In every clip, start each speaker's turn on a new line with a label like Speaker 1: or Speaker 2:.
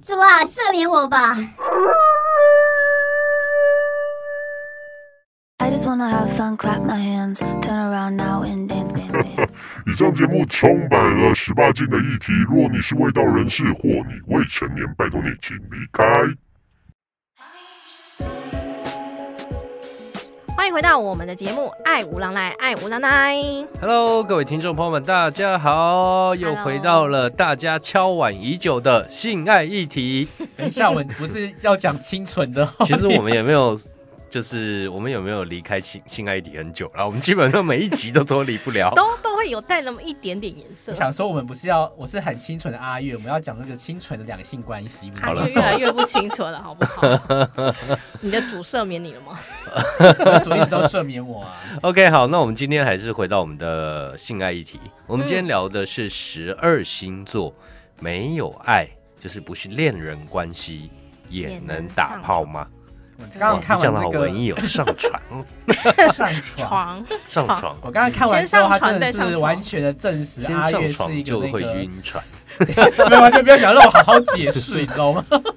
Speaker 1: 主啊，赦免我吧！
Speaker 2: I just wanna have fun, clap my hands, turn around now and dance, dance, dance.
Speaker 3: 以上节目充满了十八禁的议题，若你是未到人士或你未成年，拜托你请离开。
Speaker 4: 欢迎回到我们的节目《爱无郎来爱无郎来》，
Speaker 5: Hello，各位听众朋友们，大家好，又
Speaker 4: Hello
Speaker 5: 回到了大家敲碗已久的性爱议题。
Speaker 6: 等一下，我不是要讲清纯的 话，
Speaker 5: 其实我们也没有，就是我们有没有离开性性爱议题很久了？我们基本上每一集都脱离不 了。
Speaker 4: 都都会有带那么一点点颜色
Speaker 6: 我。 想说，我们不是要，我是很清纯的阿月，我们要讲那个清纯的两性关系。
Speaker 4: 阿
Speaker 6: 好
Speaker 4: 月啊越来越不清楚了，好不 好？你的主赦免你了吗？
Speaker 6: 主一直都赦免我啊。
Speaker 5: OK，好，那我们今天还是回到我们的性爱议题。
Speaker 6: 嗯
Speaker 5: 我们今天聊的是十二星座，没有爱就是不是恋人关系也
Speaker 4: 也
Speaker 5: 能
Speaker 4: 能
Speaker 5: 打
Speaker 4: 上
Speaker 5: 炮吗？
Speaker 6: 我
Speaker 5: 哇
Speaker 6: 刚刚
Speaker 5: 你
Speaker 6: 嗯看
Speaker 5: 讲的
Speaker 6: 完
Speaker 5: 好
Speaker 6: 这
Speaker 5: 文艺
Speaker 6: 个
Speaker 5: 哦，上 床，
Speaker 6: 上
Speaker 4: 床
Speaker 6: 床，
Speaker 5: 上床，
Speaker 6: 我刚刚看完之后，他真的
Speaker 4: 先上床再上
Speaker 6: 是
Speaker 4: 床
Speaker 6: 完全的证实
Speaker 5: 先
Speaker 6: 阿
Speaker 5: 上
Speaker 6: 月是
Speaker 5: 床
Speaker 6: 一
Speaker 5: 就
Speaker 6: 个那
Speaker 5: 会
Speaker 6: 个，
Speaker 5: 晕船。
Speaker 6: 没有完啊全不要想让我好好解释，你知道吗？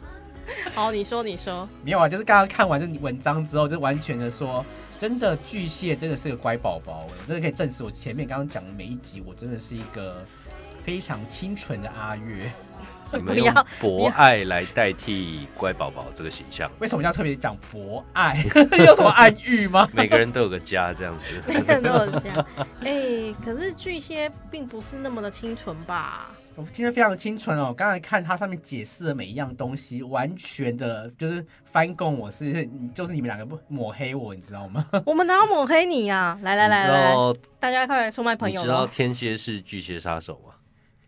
Speaker 4: 好，你说你 说，
Speaker 6: 没有啊，就是刚刚看完这文章之后，就完全的说，真的巨蟹真的是个乖宝宝，我真的可以证实我前面刚刚讲的每一集，我真的是一个非常清纯的阿月。
Speaker 5: 你们
Speaker 4: 不
Speaker 5: 用
Speaker 4: 要
Speaker 5: 博爱来代替乖宝宝这个形 象，
Speaker 6: 为什么要特别讲博爱？ 有什么暗喻吗？
Speaker 5: 每个人都有个家这样子。
Speaker 4: 每个人都有这样。哎、可是巨蟹并不是那么的清纯吧？
Speaker 6: 我今天非常清纯哦，刚才看它上面解释的每一样东西，完全的就是翻供我是，就是你们两个不抹黑我，你知道 吗？
Speaker 4: 我们哪有抹黑你啊？ 来来来来，来
Speaker 5: 你知
Speaker 4: 大家快来出卖
Speaker 5: 道
Speaker 4: 朋
Speaker 5: 你
Speaker 4: 友
Speaker 5: 知道
Speaker 4: 了。
Speaker 5: 天蝎是巨蟹杀手吗？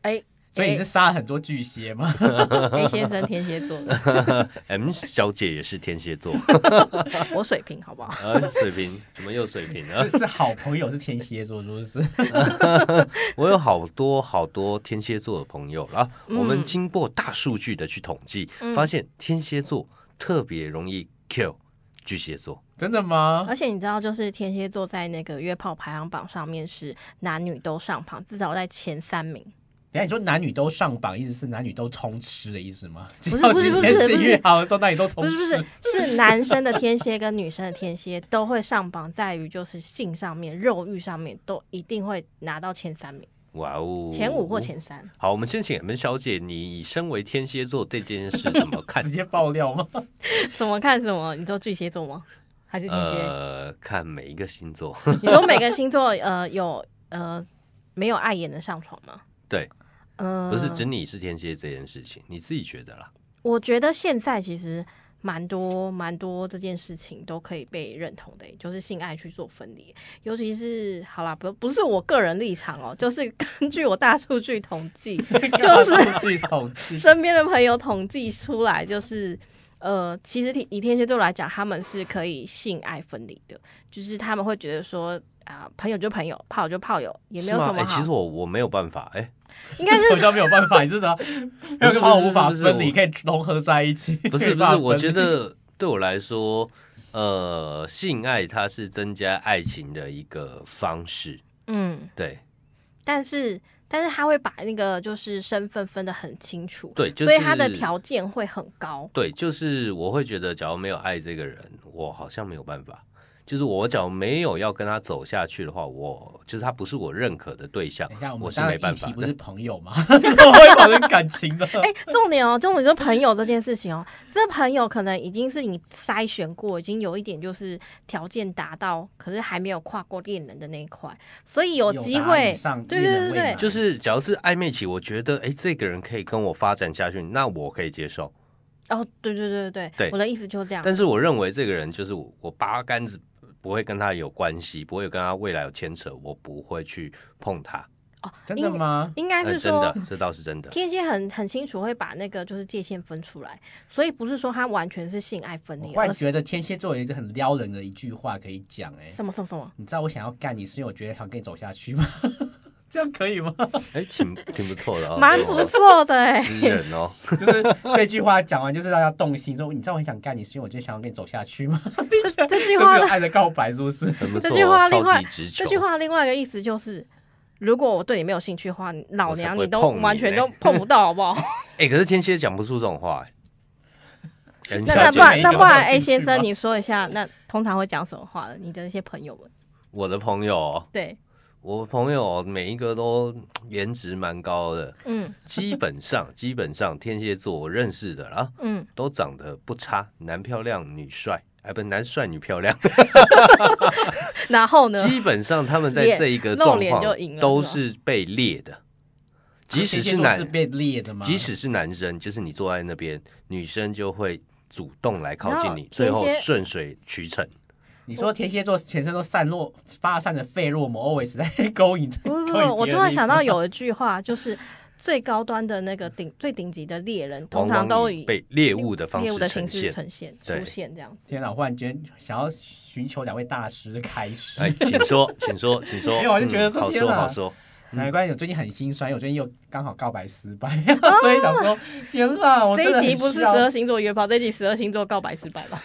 Speaker 4: 哎，
Speaker 6: 所以你是杀了很多巨蟹 吗？
Speaker 4: A 先生天蝎座，
Speaker 5: M 小姐也是天蝎座，
Speaker 4: 我水瓶好不好？
Speaker 5: 呃，水瓶怎么又水瓶啊？
Speaker 6: 是是好朋友是天蝎座，是不是？
Speaker 5: 我有好多好多天蝎座的朋友啦。
Speaker 4: 嗯
Speaker 5: 我们经过大数据的去统计，
Speaker 4: 嗯
Speaker 5: 发现天蝎座特别容易 kill 巨蟹座。
Speaker 6: 真的吗？
Speaker 4: 而且你知道，就是天蝎座在那个约炮排行榜上面是男女都上榜，至少在前三名。
Speaker 6: 等一下你说男女都上榜，意思是男女都通吃的意思吗？不
Speaker 4: 是不是不是
Speaker 6: 是越好的时候，男女都
Speaker 4: 不
Speaker 6: 通
Speaker 4: 是不是
Speaker 6: 吃。，
Speaker 4: 是男生的天蝎跟女生的天蝎都会上榜，在于就是性上面、肉欲上面都一定会拿到前三名，
Speaker 5: 哇哦，
Speaker 4: 前五或前三。
Speaker 5: 好，我们先请 M 小姐，你身为天蝎座对这件事怎么看
Speaker 6: 直？接爆料吗？
Speaker 4: 怎么看？怎么？你说巨蟹座吗？还是天蝎？
Speaker 5: 呃，看每一个星座，
Speaker 4: 你说每个星座呃有呃没有爱也能上床吗？
Speaker 5: 对，
Speaker 4: 呃，
Speaker 5: 不是指你是天蝎这件事情，你自己觉得啦。
Speaker 4: 我觉得现在其实蛮多蛮多这件事情都可以被认同的，欸就是性爱去做分离，尤其是好啦，不不是我个人立场哦，就是 根据我大数据统计，
Speaker 6: 就是去统吃。
Speaker 4: 身边的朋友统计出来，就是呃，其实天以天蝎座来讲，他们是可以性爱分离的，就是他们会觉得说。啊，朋友就朋友，炮就炮友，也没有
Speaker 5: 是吗
Speaker 4: 什么
Speaker 5: 哎
Speaker 4: 好。
Speaker 5: 其实我我没有办法，哎、
Speaker 4: 应 该是
Speaker 6: 我就没有办法，你是啥？ 没有跟我无法分离，
Speaker 5: 不
Speaker 6: 可以融合在一起。
Speaker 5: 不
Speaker 6: 可
Speaker 5: 是
Speaker 6: 以
Speaker 5: 不
Speaker 6: 把它
Speaker 5: 是，
Speaker 6: 分离
Speaker 5: 我觉得 对我来说，呃，性爱它是增加爱情的一个方式，
Speaker 4: 嗯，
Speaker 5: 对
Speaker 4: 但是但是他会把那个就是身份分得很清楚，
Speaker 5: 对，就是
Speaker 4: 所以他的条件会很高。
Speaker 5: 对，就是我会觉得，假如没有爱这个人，我好像没有办法。就是我假如没有要跟他走下去的话，我就是他不是我认可的对象
Speaker 6: 等一下，，我
Speaker 5: 我
Speaker 6: 们
Speaker 5: 是
Speaker 6: 当
Speaker 5: 没
Speaker 6: 然
Speaker 5: 办
Speaker 6: 议
Speaker 5: 法
Speaker 6: 题不
Speaker 5: 的
Speaker 6: 是。朋友 吗？怎么会跑成感情 的？
Speaker 4: 哎、重点哦，重点就是朋友这件事情哦。这朋友可能已经是你筛选过，已经有一点就是条件达到，可是还没有跨过恋人的那一块，所以有机会。
Speaker 6: 上
Speaker 4: 对对对对
Speaker 6: 哎
Speaker 4: 对
Speaker 5: 就是假如是暧昧期，我觉得哎，诶这个人可以跟我发展下去，那我可以接受。
Speaker 4: 哦，对对对对
Speaker 5: 对
Speaker 4: 我的意思就是这样。
Speaker 5: 但是我认为这个人就是我，我八竿子不会跟他有关系，不会跟他未来有牵扯，我不会去碰他。
Speaker 6: 真的吗？
Speaker 4: 哦应该
Speaker 5: 呃
Speaker 4: 是
Speaker 5: 真
Speaker 4: 说
Speaker 5: 的，，这倒是真的。
Speaker 4: 天蝎很很清楚会把那个就是界限分出来，所以不是说他完全是性爱分
Speaker 5: 哦
Speaker 6: 我
Speaker 4: 离，
Speaker 6: 忽然
Speaker 4: 而是
Speaker 6: 觉得天蝎座有一个很撩人的一句话可以讲，哎，
Speaker 4: 什么什么什么。
Speaker 6: 你知道我想要干你，是因为我觉得想跟你走下去吗？ 这样可以吗？
Speaker 5: 哎，挺挺不错的 哦，
Speaker 4: 蛮不错的哎、
Speaker 5: 这种诗人哦。
Speaker 6: 就是这句话讲完，就是大家动心说，你知道我很想干你，是因为我觉得想要跟你走下去吗？
Speaker 4: 这这句
Speaker 6: 这
Speaker 4: 话
Speaker 6: 是有
Speaker 4: 的
Speaker 6: 爱的告白，是不是？
Speaker 5: 很不
Speaker 4: 这
Speaker 5: 错，哦
Speaker 4: 句话另
Speaker 5: 超
Speaker 4: 外
Speaker 5: 级直球。
Speaker 4: 这句话另外一个意思就是，如果我对你没有兴趣的话，老
Speaker 5: 我才
Speaker 4: 娘
Speaker 5: 不会
Speaker 4: 你都
Speaker 5: 碰你
Speaker 4: 完全
Speaker 5: 嘞
Speaker 4: 都碰不到，好 不好？
Speaker 5: 哎、可是天蝎讲不出这种话、欸。
Speaker 4: 那
Speaker 6: 小
Speaker 4: 那
Speaker 6: 姐
Speaker 4: 不然
Speaker 6: 没
Speaker 4: 那
Speaker 6: 有
Speaker 4: 不然
Speaker 6: 没有
Speaker 4: A
Speaker 6: 兴
Speaker 4: 先
Speaker 6: 趣
Speaker 4: 生，
Speaker 6: 吗
Speaker 4: 你说一下，那通常会讲什么话呢？你的那些朋友们，
Speaker 5: 我的朋友，哦
Speaker 4: 对，
Speaker 5: 我朋友哦每一个都颜值蛮高的，
Speaker 4: 嗯
Speaker 5: 基本上 基本上天蝎座我认识的啦，
Speaker 4: 嗯，
Speaker 5: 都长得不差，男漂亮女帅，哎，不是男帅女漂亮，
Speaker 4: 然后呢？
Speaker 5: 基本上他们在
Speaker 4: 脸
Speaker 5: 这一个
Speaker 4: 露
Speaker 5: 状
Speaker 4: 脸
Speaker 5: 况
Speaker 4: 就赢了
Speaker 5: 都
Speaker 4: 是
Speaker 5: 是被猎的，即使
Speaker 6: 天蝎
Speaker 5: 是
Speaker 6: 座
Speaker 5: 男
Speaker 6: 是被猎的吗？
Speaker 5: 即使是男生，就是你坐在那边，女生就会主动来靠近
Speaker 4: 然
Speaker 5: 你
Speaker 4: 后，
Speaker 5: 最后
Speaker 4: 天蝎
Speaker 5: 顺水取成。
Speaker 6: 你说天蝎座全身都散落发散的费洛蒙，always 在勾引，
Speaker 4: 不 不不
Speaker 6: 勾引，
Speaker 4: 嗯我
Speaker 6: 别
Speaker 4: 突
Speaker 6: 人的
Speaker 4: 然
Speaker 6: 意
Speaker 4: 想
Speaker 6: 思
Speaker 4: 到
Speaker 6: 吗
Speaker 4: 有一句话，就是最高端的那个顶最顶级的猎人，通
Speaker 5: 往
Speaker 4: 常都
Speaker 5: 往
Speaker 4: 以
Speaker 5: 被猎物的方
Speaker 4: 猎物的
Speaker 5: 式
Speaker 4: 形
Speaker 5: 呈
Speaker 4: 式
Speaker 5: 现。
Speaker 4: 呈现
Speaker 5: 对
Speaker 4: 出现这样子。
Speaker 6: 天哪，忽然间想要寻求两位大师的开示。
Speaker 5: 哎， 请说，请说，请说。
Speaker 6: 没有我就觉得
Speaker 5: 嗯
Speaker 6: 说
Speaker 5: 好
Speaker 6: 天
Speaker 5: 说
Speaker 6: 哪
Speaker 5: 好说。
Speaker 6: 难怪我最近很心酸，因为我最近又刚好告白失 败， 所以想说，天哪，哦我真
Speaker 4: 这
Speaker 6: 的
Speaker 4: 一集
Speaker 6: 很
Speaker 4: 不是
Speaker 6: 需
Speaker 4: 十
Speaker 6: 要
Speaker 4: 二星座约炮，这一集十二星座告白失败吧？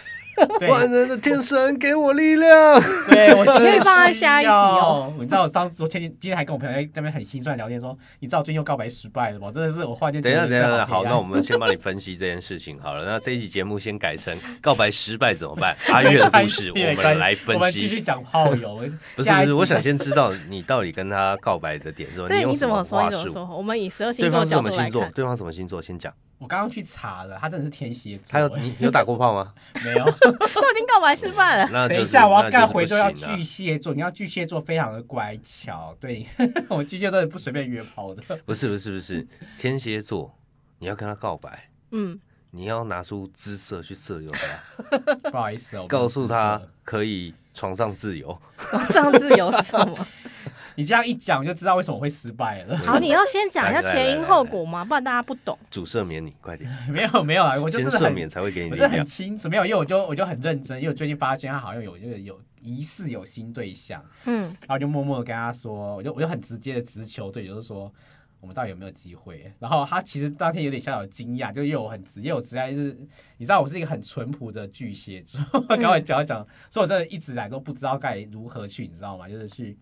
Speaker 5: 万
Speaker 6: 对
Speaker 5: 能的天神给我力量。
Speaker 6: 对，我真
Speaker 4: 可以
Speaker 6: 的
Speaker 4: 放在
Speaker 6: 需
Speaker 4: 下一集哦
Speaker 6: 要。你知道我上次我前天今天还跟我朋友在那边很心酸地聊天说，你知道我最近又告白失败了吗？我真的是我忽然间
Speaker 5: 等一下，
Speaker 6: 觉
Speaker 5: 等
Speaker 6: 得
Speaker 5: 一下，等
Speaker 6: 人
Speaker 5: 一
Speaker 6: 生
Speaker 5: 下好，
Speaker 6: 黑暗
Speaker 5: 那我们先帮你分析这件事情好了。那这一期节目先改成 告白失败怎么办？阿月的故事，我们
Speaker 6: 没关系没关系
Speaker 5: 来
Speaker 6: 我
Speaker 5: 分
Speaker 6: 们继
Speaker 5: 析。
Speaker 6: 续讲炮友。我
Speaker 5: 不是不
Speaker 6: 下一
Speaker 5: 是，
Speaker 6: 集
Speaker 5: 我想
Speaker 6: 再
Speaker 5: 先知道你到底跟他告白的点是什呃么？你
Speaker 4: 对，
Speaker 5: 用
Speaker 4: 你
Speaker 5: 什
Speaker 4: 怎么说？
Speaker 5: 话
Speaker 4: 你怎么
Speaker 5: 术？
Speaker 4: 说？我们以十二星
Speaker 5: 对
Speaker 4: 座
Speaker 5: 方是
Speaker 4: 角
Speaker 5: 什
Speaker 4: 度
Speaker 5: 么
Speaker 4: 来
Speaker 5: 星座？
Speaker 4: 看，
Speaker 5: 对方什么星座？先讲。
Speaker 6: 我刚刚去查了，他真的是天蝎座。
Speaker 5: 他有你 有打过炮 吗？
Speaker 6: 哎没有？
Speaker 4: 都已经告白失败了。
Speaker 5: 那
Speaker 6: 等
Speaker 5: 就
Speaker 6: 一
Speaker 5: 是
Speaker 6: 下，我要
Speaker 5: 那
Speaker 6: 干
Speaker 5: 是
Speaker 6: 回
Speaker 5: 不
Speaker 6: 就要
Speaker 5: 行啊
Speaker 6: 巨蟹座，你要巨蟹座非常的乖巧，对 我巨蟹座也不随便约炮的。
Speaker 5: 不是不是不是，天蝎座，你要跟他告白，
Speaker 4: 嗯，
Speaker 5: 你要拿出姿色去色 诱他，
Speaker 6: 不好意思哦，我
Speaker 5: 告诉他
Speaker 6: 不是色
Speaker 5: 可以床上自由。
Speaker 4: 嗯上次有什么？
Speaker 6: 你这样一讲，我就知道为什么会失败了。
Speaker 4: 好，你要先讲一下
Speaker 5: 来来
Speaker 4: 前
Speaker 5: 来
Speaker 4: 因
Speaker 5: 来
Speaker 4: 后
Speaker 5: 来
Speaker 4: 果嘛，不然大家不懂。
Speaker 5: 主赦免你，快点，
Speaker 6: 没有没有啊，我就
Speaker 5: 先
Speaker 6: 真的
Speaker 5: 赦
Speaker 6: 很，
Speaker 5: 免才会给你
Speaker 6: 我
Speaker 5: 力
Speaker 6: 真的很
Speaker 5: 量。
Speaker 6: 清楚，没有，因为我就我就很认真，因为我最近发现他好像有有有疑似有新对象，
Speaker 4: 嗯，
Speaker 6: 然后就默默的跟他说，我就我就很直接的直球对，就是说我们到底有没有机会？然后他其实当天有点小小惊讶，就因为我很直接，我实在是你知道我是一个很淳朴的巨蟹座，刚才讲一讲，所以我真的一直来都不知道该如何去，你知道吗？就是去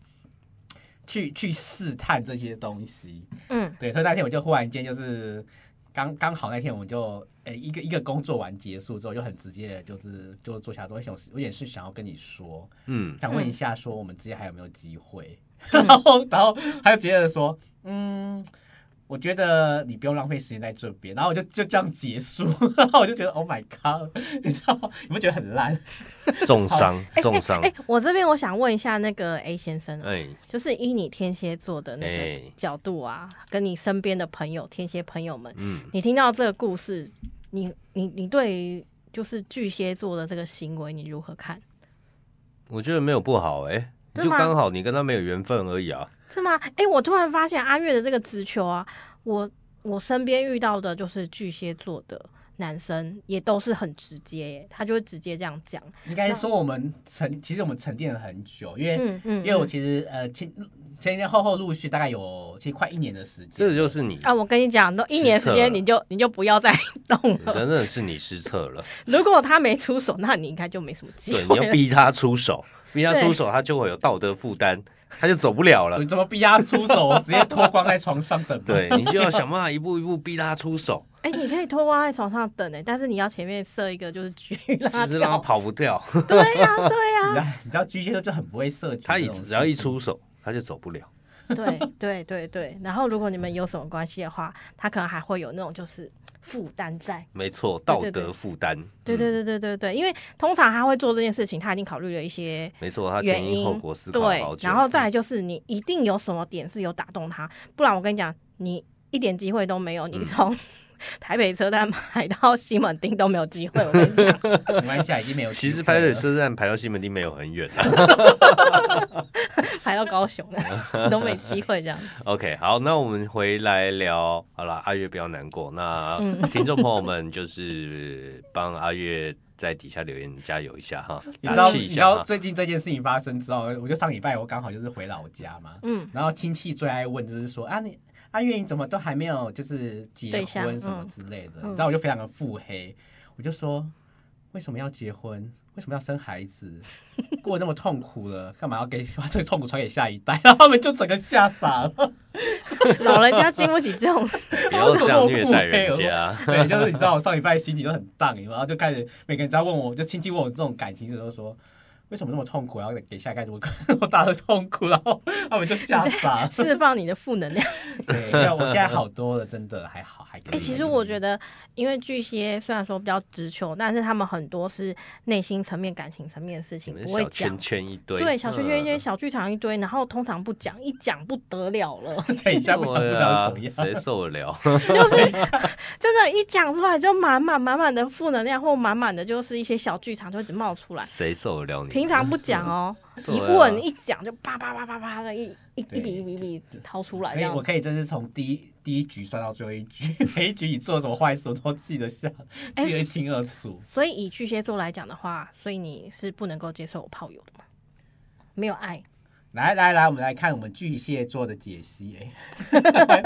Speaker 6: 去去试探这些东西。
Speaker 4: 嗯，
Speaker 6: 对，所以那天我就忽然间就是刚刚好那天我们就呃、一个一个工作完结束之后，就很直接的就是就坐下来说，我想有点事想要跟你说。
Speaker 5: 嗯，
Speaker 6: 想问一下，说我们之间还有没有机会？
Speaker 4: 嗯
Speaker 6: 然后，然后他就接着说，嗯，我觉得你不用浪费时间在这边。然后我就就这样结束， 然后我就觉得 Oh my God，你知道吗，你不觉得很烂？
Speaker 4: 啊
Speaker 5: 重伤
Speaker 4: 哎
Speaker 5: 重伤
Speaker 4: 哎，，哎我这边我想问一下那个 A 先生哦，
Speaker 5: 哎，
Speaker 4: 就是依你天蝎座的那个
Speaker 5: 哎
Speaker 4: 角度啊，跟你身边的朋友天蝎朋友们，
Speaker 5: 嗯，
Speaker 4: 你听到这个故事，你你你对于就是巨蟹座的这个行为，你如何看？
Speaker 5: 我觉得没有不好，哎，
Speaker 4: 真的
Speaker 5: 就
Speaker 4: 吗
Speaker 5: 刚好你跟他没有缘分而已啊。
Speaker 4: 是吗？哎、我突然发现阿月的这个直球啊，我我身边遇到的就是巨蟹座的男生，也都是很直接耶，他就会直接这样讲。
Speaker 6: 应该说我们沉，其实我们沉淀了很久，因为、
Speaker 4: 嗯嗯，
Speaker 6: 因为我
Speaker 4: 嗯
Speaker 6: 其实呃前前前后后陆续大概有其实快一年的时间，
Speaker 5: 这个就是你，
Speaker 4: 啊，我跟你讲，都一年时间，你就你就不要再 动了。
Speaker 5: 真的是你失策 了。
Speaker 4: 如果他没出手，那你应该就没什么机
Speaker 5: 对，你
Speaker 4: 会
Speaker 5: 要
Speaker 4: 了。
Speaker 5: 逼他出手，逼他
Speaker 4: 对
Speaker 5: 出手，他就会有道德负担，他就走不了了
Speaker 6: 怎。怎么逼他出手，我直接脱光在床上等。
Speaker 5: 对你就要想办法一步一步逼他出手，
Speaker 4: 哎、你可以脱光在床上等哎、但是你要前面设一个就是局 让 他
Speaker 5: 就是让他
Speaker 4: 跳。
Speaker 5: 跑 不掉。
Speaker 4: 对呀、 对呀、
Speaker 6: 你知道你知道巨蟹座就很不会社群
Speaker 5: 他
Speaker 6: 这
Speaker 5: 一
Speaker 6: 种事情，
Speaker 5: 只要一出手，他就走不了。
Speaker 4: 对对对对，然后如果你们有什么关系的话，他可能还会有那种就是负担在。
Speaker 5: 没错，
Speaker 4: 对
Speaker 5: 道
Speaker 4: 对对
Speaker 5: 德负担。
Speaker 4: 对对
Speaker 5: 嗯，
Speaker 4: 对对对对，因为通常他会做这件事情，他已经考虑了一些
Speaker 5: 嗯没错，他
Speaker 4: 原
Speaker 5: 前因
Speaker 4: 因，
Speaker 5: 后果思考了
Speaker 4: 对
Speaker 5: 好，久。嗯
Speaker 4: 然后再来就是你一定有什么点是有打动他，不然我跟你讲，你一点机会都没有，你
Speaker 5: 嗯
Speaker 4: 从、 台北车站买到西门町都没有机会，我跟你讲，
Speaker 6: 没关系啊，已经没有
Speaker 5: 其
Speaker 6: 机
Speaker 5: 实
Speaker 6: 会
Speaker 5: 排水
Speaker 6: 了
Speaker 5: 车站排到西门町没有很 远、啊
Speaker 4: 还到高雄了都没机会这样。
Speaker 5: OK，好，那我们回来聊。好了，阿月不要难过。那
Speaker 4: 嗯
Speaker 5: 听众朋友们就是帮阿月在底下留言加油一下 哈，
Speaker 6: 你知
Speaker 5: 打
Speaker 6: 道，
Speaker 5: 气
Speaker 6: 你
Speaker 5: 一
Speaker 6: 知
Speaker 5: 下
Speaker 6: 道
Speaker 5: 哈。
Speaker 6: 最近这件事情发生之后，我就上礼拜我刚好就是回老家嘛，
Speaker 4: 嗯，
Speaker 6: 然后亲戚最爱问就是说啊你阿月你怎么都还没有就是结
Speaker 4: 对象
Speaker 6: 婚什么
Speaker 4: 嗯
Speaker 6: 之类的，
Speaker 4: 嗯
Speaker 6: 你知道我就非常的腹黑，我就说为什么要结婚？为什么要生孩子？过得那么痛苦了，干嘛要给把这个痛苦传给下一代？然 后他们就整个吓傻了。
Speaker 4: 老人家经不起这种，。
Speaker 5: 不要这样虐待人家。
Speaker 6: 对，就是你知道我上礼拜心情就很荡，然后就开始每个人只要问我，就亲戚问我这种感情时都说。为什么那么痛苦？然后给下一代这么那么大的痛苦，然后他们就吓傻了
Speaker 4: 释放你的负能量。
Speaker 6: 对，没有我现在好多了，真的还好，还可以。
Speaker 4: 哎、其实我
Speaker 5: 嗯
Speaker 4: 觉得，因为巨蟹虽然说比较直球，但是他们很多是内心层面、感情层面的事
Speaker 5: 你
Speaker 4: 情
Speaker 5: 们
Speaker 4: 不会
Speaker 5: 小
Speaker 4: 讲
Speaker 5: 圈。圈一堆，
Speaker 4: 对，小圈圈一堆，
Speaker 5: 嗯
Speaker 4: 小剧场一堆，然后通常不讲，一讲不得了了，
Speaker 6: 对，你现在不想不知道是
Speaker 5: 对
Speaker 6: 什
Speaker 5: 啊
Speaker 6: 么
Speaker 5: 谁
Speaker 6: 样。
Speaker 5: 受得了？
Speaker 4: 就是真的，一讲出来就满满满满的负能量，或满满的就是一些小剧场就一直冒出来。
Speaker 5: 谁受得了你？
Speaker 4: 平常不讲哦，
Speaker 5: 对
Speaker 4: 一
Speaker 5: 啊
Speaker 4: 问一讲就啪啪啪啪啪的一一
Speaker 6: 对
Speaker 4: 一笔一笔一笔掏出来，
Speaker 6: 可
Speaker 4: 这
Speaker 6: 以，
Speaker 4: 样
Speaker 6: 我可以真是从第一第一局算到最后一局，每一局你做了什么坏事我都记得下，
Speaker 4: 哎
Speaker 6: 记得一清二楚。
Speaker 4: 所以以巨蟹座来讲的话，所以你是不能够接受我炮友的嘛？没有爱，
Speaker 6: 来来来，我们来看我们巨蟹座的解析。哎，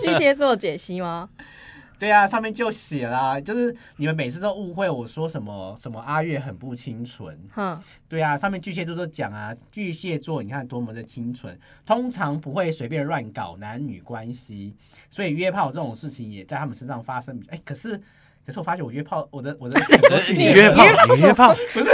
Speaker 4: 巨蟹座解析吗？
Speaker 6: 对啊，上面就写啦，就是你们每次都误会我说什么什么阿月很不清纯，
Speaker 4: 哼，
Speaker 6: 对啊，上面巨蟹座都讲啊，巨蟹座你看多么的清纯，通常不会随便乱搞男女关系，所以约炮这种事情也在他们身上发生比较。哎，可是可是我发觉我约炮，我的我 的很多巨
Speaker 5: 你
Speaker 6: 蟹
Speaker 5: 约
Speaker 6: 的
Speaker 5: 炮，你约炮，
Speaker 6: 不是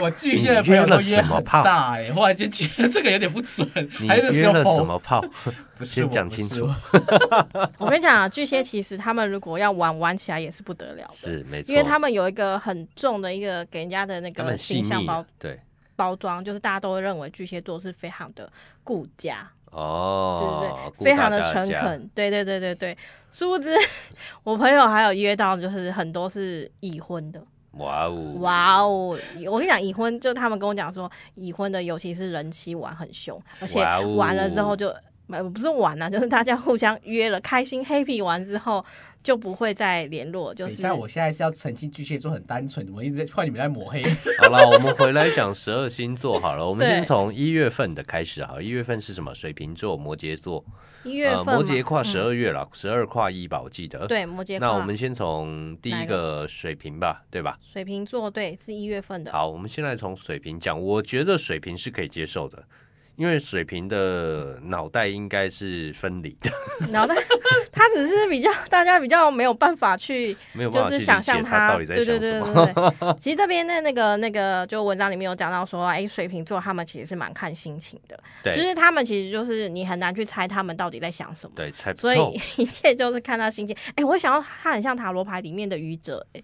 Speaker 6: 我巨蟹的朋友都约很大哎、忽然间觉得这个有点不准，
Speaker 5: 你
Speaker 6: 还是只
Speaker 5: 约
Speaker 6: 有
Speaker 5: 了
Speaker 6: 否
Speaker 5: 什？么炮？
Speaker 6: 不是
Speaker 5: 先
Speaker 6: 我
Speaker 5: 讲
Speaker 6: 不
Speaker 5: 清
Speaker 6: 是
Speaker 5: 楚
Speaker 6: 我
Speaker 4: 我跟你讲啊，巨蟹其实他们如果要玩玩起来也是不得了的，
Speaker 5: 是没错，
Speaker 4: 因为他们有一个很重的一个给人家的那
Speaker 5: 他
Speaker 4: 个
Speaker 5: 们细
Speaker 4: 形象
Speaker 5: 腻
Speaker 4: 包
Speaker 5: 啊，对
Speaker 4: 包装，就是大家都会认为巨蟹座是非常的顾家，对
Speaker 5: 哦
Speaker 4: 不，
Speaker 5: 顾
Speaker 4: 对？非常
Speaker 5: 大
Speaker 4: 的
Speaker 5: 家
Speaker 4: 诚
Speaker 5: 家，
Speaker 4: 恳，对对对对对。殊不知，我朋友还有约到，就是很多是已婚的。
Speaker 5: 哇哦，
Speaker 4: 哇哦！我跟你讲，已婚就他们跟我讲说，已婚的尤其是人妻玩很凶，而且
Speaker 5: 哇哦
Speaker 4: 玩了之后就。呃不是玩啊，就是大家互相约了，开心 happy 完之后就不会再联络，就
Speaker 6: 等一
Speaker 4: 是
Speaker 6: 下，我现在是要澄清巨蟹座很单纯，我一直在换你们在抹黑。
Speaker 5: 好了，我们回来讲十二星座好了。我们
Speaker 4: 对
Speaker 5: 先从一月份的开始好了，一月份是什么？水瓶座、摩羯座，
Speaker 4: 一月份嘛、
Speaker 5: 呃、摩羯跨十
Speaker 4: 嗯
Speaker 5: 二月了，十二、跨一吧，我记得。。
Speaker 4: 对摩羯跨，
Speaker 5: 那我们先从第
Speaker 4: 哪
Speaker 5: 一
Speaker 4: 一个
Speaker 5: 个水瓶吧，对吧？
Speaker 4: 水瓶座对是一月份的，
Speaker 5: 好，我们现在从水瓶讲，我觉得水瓶是可以接受的，因为水瓶的脑袋应该是分离的，
Speaker 4: 然后他他只是比较大家比较没有办法去
Speaker 5: 没有办
Speaker 4: 就
Speaker 5: 法去
Speaker 4: 是
Speaker 5: 理
Speaker 4: 想象
Speaker 5: 解他到底在
Speaker 4: 对对
Speaker 5: 想
Speaker 4: 对
Speaker 5: 什么。
Speaker 4: 对对 对。其实这边的那个那个，就文章里面有讲到说，哎，水瓶座他们其实是蛮看心情的，
Speaker 5: 对
Speaker 4: 就是他们其实就是你很难去猜他们到底在想什么，
Speaker 5: 对，猜不
Speaker 4: 所
Speaker 5: 透
Speaker 4: 以一切就是看他心情。哎，我想要他很像塔罗牌里面的愚者，哎。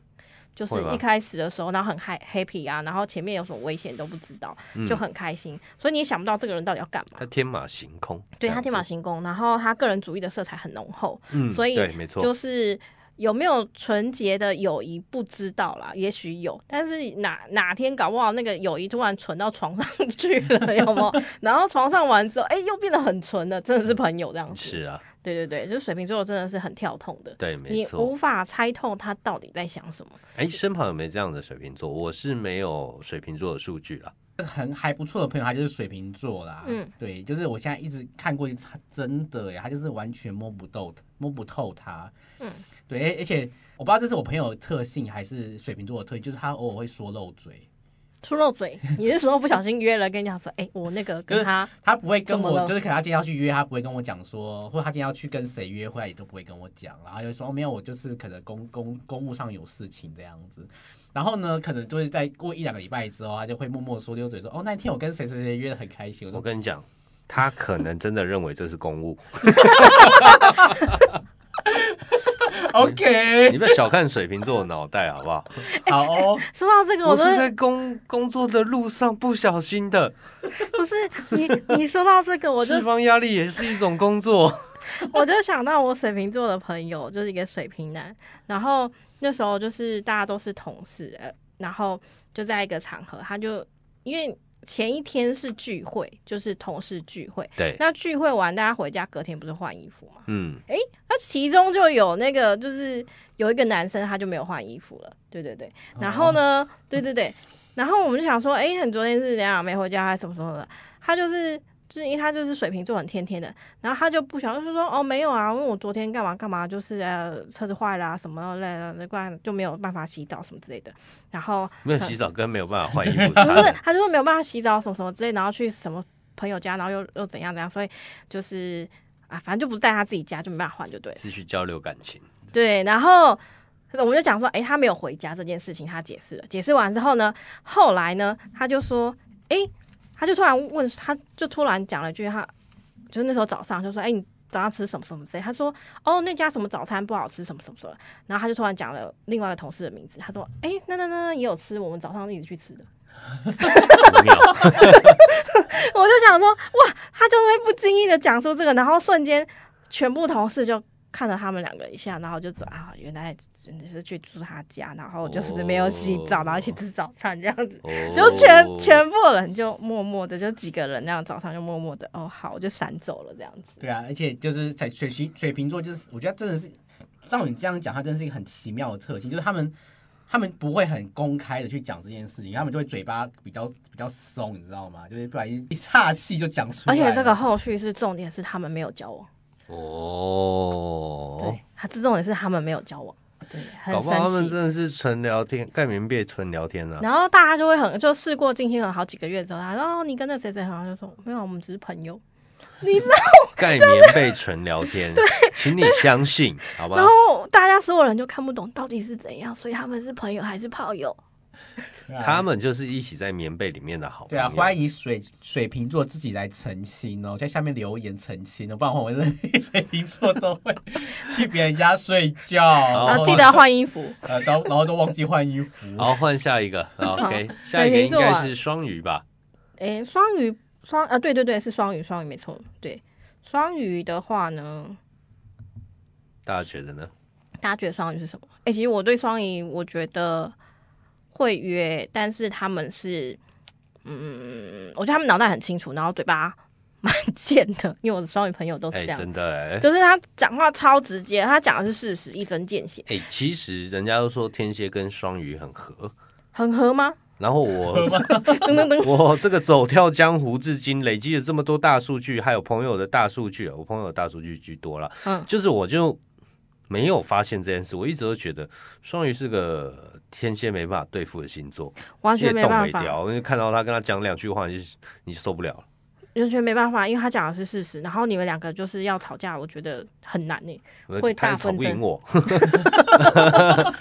Speaker 4: 就是
Speaker 5: 会吗
Speaker 4: 一开始的时候，然后很嗨 happy 啊，然后前面有什么危险都不知道，
Speaker 5: 嗯
Speaker 4: 就很开心，所以你也想不到这个人到底要干嘛
Speaker 5: 他。天马行空，
Speaker 4: 对
Speaker 5: 这
Speaker 4: 他
Speaker 5: 样
Speaker 4: 天马
Speaker 5: 子，
Speaker 4: 行空，然后他个人主义的色彩很浓厚，
Speaker 5: 嗯，
Speaker 4: 所以
Speaker 5: 对，没错，
Speaker 4: 就是有没有纯洁的友谊不知道啦，也许有，但是哪哪天搞不好那个友谊突然纯到床上 去了，有 没有？然后床上完之后，哎、又变得很纯了，真的是朋友这样子。
Speaker 5: 是啊，
Speaker 4: 对对对，就是水瓶座真的是很跳痛的，
Speaker 5: 对，
Speaker 4: 你
Speaker 5: 没错
Speaker 4: 无。法猜透他到底在想什么。
Speaker 5: 哎，身旁有没有这样的水瓶座？我是没有水瓶座的数据了。
Speaker 6: 很还不错的朋友，他就是水瓶座啦。
Speaker 4: 嗯
Speaker 6: 嗯，对，就是我现在一直看过一次，他真的耶，他就是完全摸不透，摸不透他。
Speaker 4: 嗯
Speaker 6: 嗯，对，而而且我不知道这是我朋友的特性还是水瓶座的特性，就是他偶尔会说漏嘴，
Speaker 4: 出漏嘴，你是说不小心约了，跟你讲说，哎、我那个跟他，
Speaker 6: 他不会跟
Speaker 4: 怎么
Speaker 6: 我，
Speaker 4: 了
Speaker 6: 就是可能他今天要去约，他不会跟我讲说，或者他今天要去跟谁约会，他也都不会跟我讲，然后就说哦没有，我就是可能公公公务上有事情这样子。然后呢，可能就是在过一两个礼拜之后，他就会默默说溜嘴说，哦，那天我跟谁谁谁约的很开心，我
Speaker 5: 我
Speaker 6: 说
Speaker 5: 跟你讲，他可能真的认为这是公务，
Speaker 6: OK，
Speaker 5: 你不要小看水瓶座的脑袋，好不好？
Speaker 6: 好哦。
Speaker 4: 说到这个，
Speaker 5: 我
Speaker 4: 我
Speaker 5: 是
Speaker 4: 都
Speaker 5: 在工工作的路上不小心的，
Speaker 4: 不是你，你说到这个，我就
Speaker 5: 释放压力也是一种 工作。
Speaker 4: 我就想到我水瓶座的朋友，就是一个水瓶男，然后那时候就是大家都是同事，呃，然后就在一个场合，他就因为前一天是聚会，就是同事聚会，
Speaker 5: 对，
Speaker 4: 那聚会完大家回家隔天不是换衣服吗？
Speaker 5: 嗯，
Speaker 4: 那其中就有那个就是有一个男生他就没有换衣服了，对对对，然后呢，对对对，然后我们就想说，哎、你昨天是怎样没回家还是什么什么的？他就是就是因为他就是水瓶座很天天的，然后他就不想就说哦没有啊，因为我昨天干嘛干嘛，就是呃车子坏了啊什么的，那不然就没有办法洗澡什么之类的。然后
Speaker 5: 没有洗澡跟没有办法换衣服差
Speaker 4: 不是
Speaker 5: 很
Speaker 4: 他就说没有办法洗澡什么什么之类，然后去什么朋友家，然后又又怎样怎样，所以就是啊反正就不是在他自己家，就没办法换就对了。
Speaker 5: 是去交流感情。
Speaker 4: 对，然后我们就讲说，诶，他没有回家这件事情，他解释了。解释完之后呢，后来呢，他就说，诶，他就突然问，他就突然讲了一句，他就是那时候早上就说，诶，你早上吃什么什么之类。他说，哦，那家什么早餐不好吃，什么什么什么。然后他就突然讲了另外一个同事的名字，他说，诶，那那那也有吃，我们早上一起去吃的。
Speaker 5: 很妙，
Speaker 4: 我就想说，哇，他就会不经意的讲出这个，然后瞬间全部同事就看了他们两个一下，然后就走啊，原来真的是去住他家，然后就是没有洗澡，
Speaker 5: 哦
Speaker 4: 然后一起吃早餐这样子。
Speaker 5: 哦
Speaker 4: 就全全部人就默默的，就几个人那样，早上就默默的，哦，好，我就闪走了这样子。
Speaker 6: 对啊，而且就是在水瓶水瓶座，就是我觉得真的是照你这样讲，他真的是一个很奇妙的特性，就是他们他们不会很公开的去讲这件事情，他们就会嘴巴比较比较松，你知道吗？就是不然一一岔气就讲出来啊
Speaker 4: 而
Speaker 6: 了。
Speaker 4: 且这个后续是重点，是他们没有交往。
Speaker 5: 哦
Speaker 4: 对，，他这重点是他们没有交往，对，很
Speaker 5: 搞不好他
Speaker 4: 神
Speaker 5: 们
Speaker 4: 奇。
Speaker 5: 真的是纯聊天，盖棉被纯聊天啊。
Speaker 4: 然后大家就会很就事过境迁了好几个月之后，他说哦，你跟那谁谁很好，就说没有，我们只是朋友。
Speaker 5: 盖棉被纯聊 天，请你相信，好吧
Speaker 4: 然？后大家所有人就看不懂到底是怎样，所以他们是朋友还是炮友？
Speaker 6: 对啊
Speaker 5: 他们就是一起在棉被里面的好朋
Speaker 6: 对
Speaker 5: 友。
Speaker 6: 啊，欢迎水水瓶座自己来澄清哦，在下面留言澄清哦，不然我们水瓶座都会去别人家睡觉，
Speaker 4: 然
Speaker 5: 哦
Speaker 6: 然
Speaker 4: 后
Speaker 6: 后
Speaker 4: 记得要换衣 服。
Speaker 6: 呃，都然后都忘记换衣服。
Speaker 5: 好，换下一个。好 OK，下一个
Speaker 4: 水
Speaker 5: 应
Speaker 4: 瓶座啊
Speaker 5: 该是双鱼吧？哎
Speaker 4: 诶，双鱼双啊，对对对，是双鱼，双鱼没错。对，双鱼的话呢，
Speaker 5: 大家觉得呢？
Speaker 4: 大家觉得双鱼是什么？诶，其实我对双鱼，我觉得会约，但是他们是，嗯，我觉得他们脑袋很清楚，然后嘴巴蛮贱的，因为我的双鱼朋友都是
Speaker 5: 哎，
Speaker 4: 这样，
Speaker 5: 真的哎。
Speaker 4: 就是他讲话超直接，他讲的是事实，一针见血，
Speaker 5: 哎，其实人家都说天蝎跟双鱼很合，
Speaker 4: 很合吗？
Speaker 5: 然后 我
Speaker 4: 噔噔噔，
Speaker 5: 我这个走跳江湖至今累积了这么多大数据，还有朋友的大数据，我朋友的大数据居多了。
Speaker 4: 嗯
Speaker 5: 就是我就没有发现这件事，我一直都觉得双鱼是个天蝎没办法对付的星座，
Speaker 4: 完
Speaker 5: 越
Speaker 4: 全没
Speaker 5: 动
Speaker 4: 办
Speaker 5: 为
Speaker 4: 法。
Speaker 5: 调，因为看到他跟他讲两句话，你就你就受不了了。
Speaker 4: 完全没办法，因为他讲的是事实，然后你们两个就是要吵架，我觉得很难欸呢。会
Speaker 5: 他
Speaker 4: 大
Speaker 5: 也吵不
Speaker 4: 纷
Speaker 5: 赢
Speaker 4: 争
Speaker 5: 我。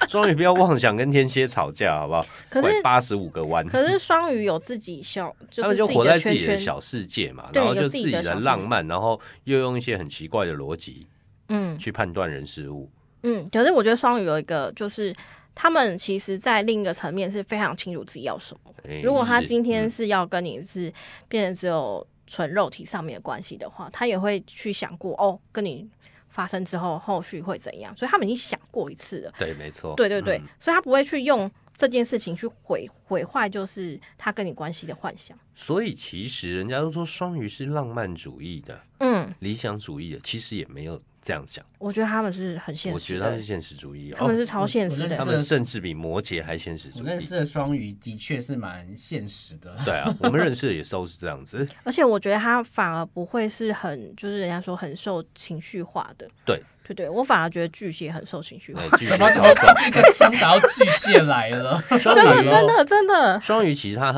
Speaker 5: 双鱼不要妄想跟天蝎吵架，好不好？
Speaker 4: 可是
Speaker 5: 八十五个弯，
Speaker 4: 可是双鱼有自己小，就
Speaker 5: 他
Speaker 4: 是
Speaker 5: 们就
Speaker 4: 自己
Speaker 5: 活在
Speaker 4: 的
Speaker 5: 自
Speaker 4: 圈
Speaker 5: 己的
Speaker 4: 圈，
Speaker 5: 小世界嘛，
Speaker 4: 对
Speaker 5: 然后
Speaker 4: 有
Speaker 5: 就
Speaker 4: 自己
Speaker 5: 己
Speaker 4: 的小
Speaker 5: 的
Speaker 4: 世
Speaker 5: 浪
Speaker 4: 界
Speaker 5: 漫，然后又用一些很奇怪的逻辑
Speaker 4: 嗯
Speaker 5: 去判断人事物。
Speaker 4: 嗯。可是我觉得双鱼有一个，就是他们其实，在另一个层面是非常清楚自己要什么。
Speaker 5: 哎
Speaker 4: 如果他
Speaker 5: 是
Speaker 4: 今天
Speaker 5: 嗯
Speaker 4: 是要跟你是变成只有纯肉体上面的关系的话，他也会去想过哦，跟你发生之后后续会怎样，所以他们已经想过一次了。
Speaker 5: 对，没错，
Speaker 4: 对对对，
Speaker 5: 嗯
Speaker 4: 所以他不会去用这件事情去毁毁坏，就是他跟你关系的幻想。
Speaker 5: 所以其实人家都说双鱼是浪漫主义的、
Speaker 4: 嗯，
Speaker 5: 理想主义的，其实也没有这样讲。
Speaker 4: 我觉得他们是很现
Speaker 5: 我
Speaker 4: 实
Speaker 5: 觉得他们
Speaker 4: 的
Speaker 5: 是，现实主义、哦，
Speaker 4: 他们是超现实的
Speaker 6: 我认
Speaker 5: 他
Speaker 6: 识
Speaker 4: 人。
Speaker 5: 们甚至比摩羯还现实主
Speaker 6: 我认
Speaker 5: 义
Speaker 6: 识。的双鱼的确是蛮现实的，
Speaker 5: 对啊，我们认识的也都是这样子。
Speaker 4: 而且我觉得他反而不会是很，就是人家说很受情绪化的。
Speaker 5: 对
Speaker 4: 对对，我反而觉得巨蟹很受情绪化
Speaker 5: 哎。 巨蟹
Speaker 6: 怎么怎么
Speaker 5: 超重
Speaker 6: 一个枪打到巨蟹来了？
Speaker 4: 真
Speaker 5: 双
Speaker 4: 的
Speaker 5: 鱼哦
Speaker 4: 真的真的，
Speaker 5: 双鱼其实他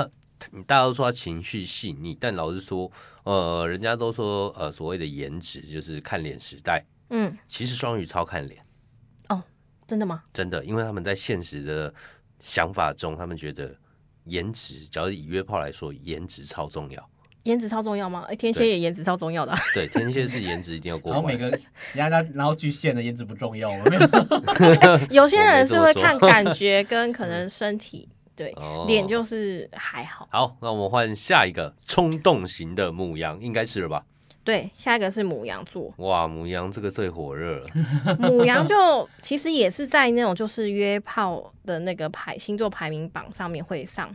Speaker 5: 大家都说他情绪细腻，但老实说，呃，人家都说呃所谓的颜值就是看脸时代，
Speaker 4: 嗯，
Speaker 5: 其实双鱼超看脸，
Speaker 4: 真的吗？
Speaker 5: 真的，因为他们在现实的想法中，他们觉得颜值，假如以约炮来说，颜值超重要。
Speaker 4: 颜值超重要吗？哎，天蝎
Speaker 5: 对
Speaker 4: 也颜值超重要的啊、
Speaker 5: 对，天蝎是颜值一定要过
Speaker 6: 然
Speaker 5: 关。
Speaker 6: 后每个人家然后巨蟹的颜值不重要，我没有
Speaker 4: 有些人是会
Speaker 5: 我没这么说嗯
Speaker 4: 看感 觉跟可能身体，对，
Speaker 5: 哦
Speaker 4: 脸就是还好。
Speaker 5: 好，那我们换下一个冲动型的母羊，应该是了吧？
Speaker 4: 对，下一个是母羊座，
Speaker 5: 哇，母羊这个最 火热了，
Speaker 4: 母羊就其实也是在那种就是约炮的那个排星座排名榜上面会上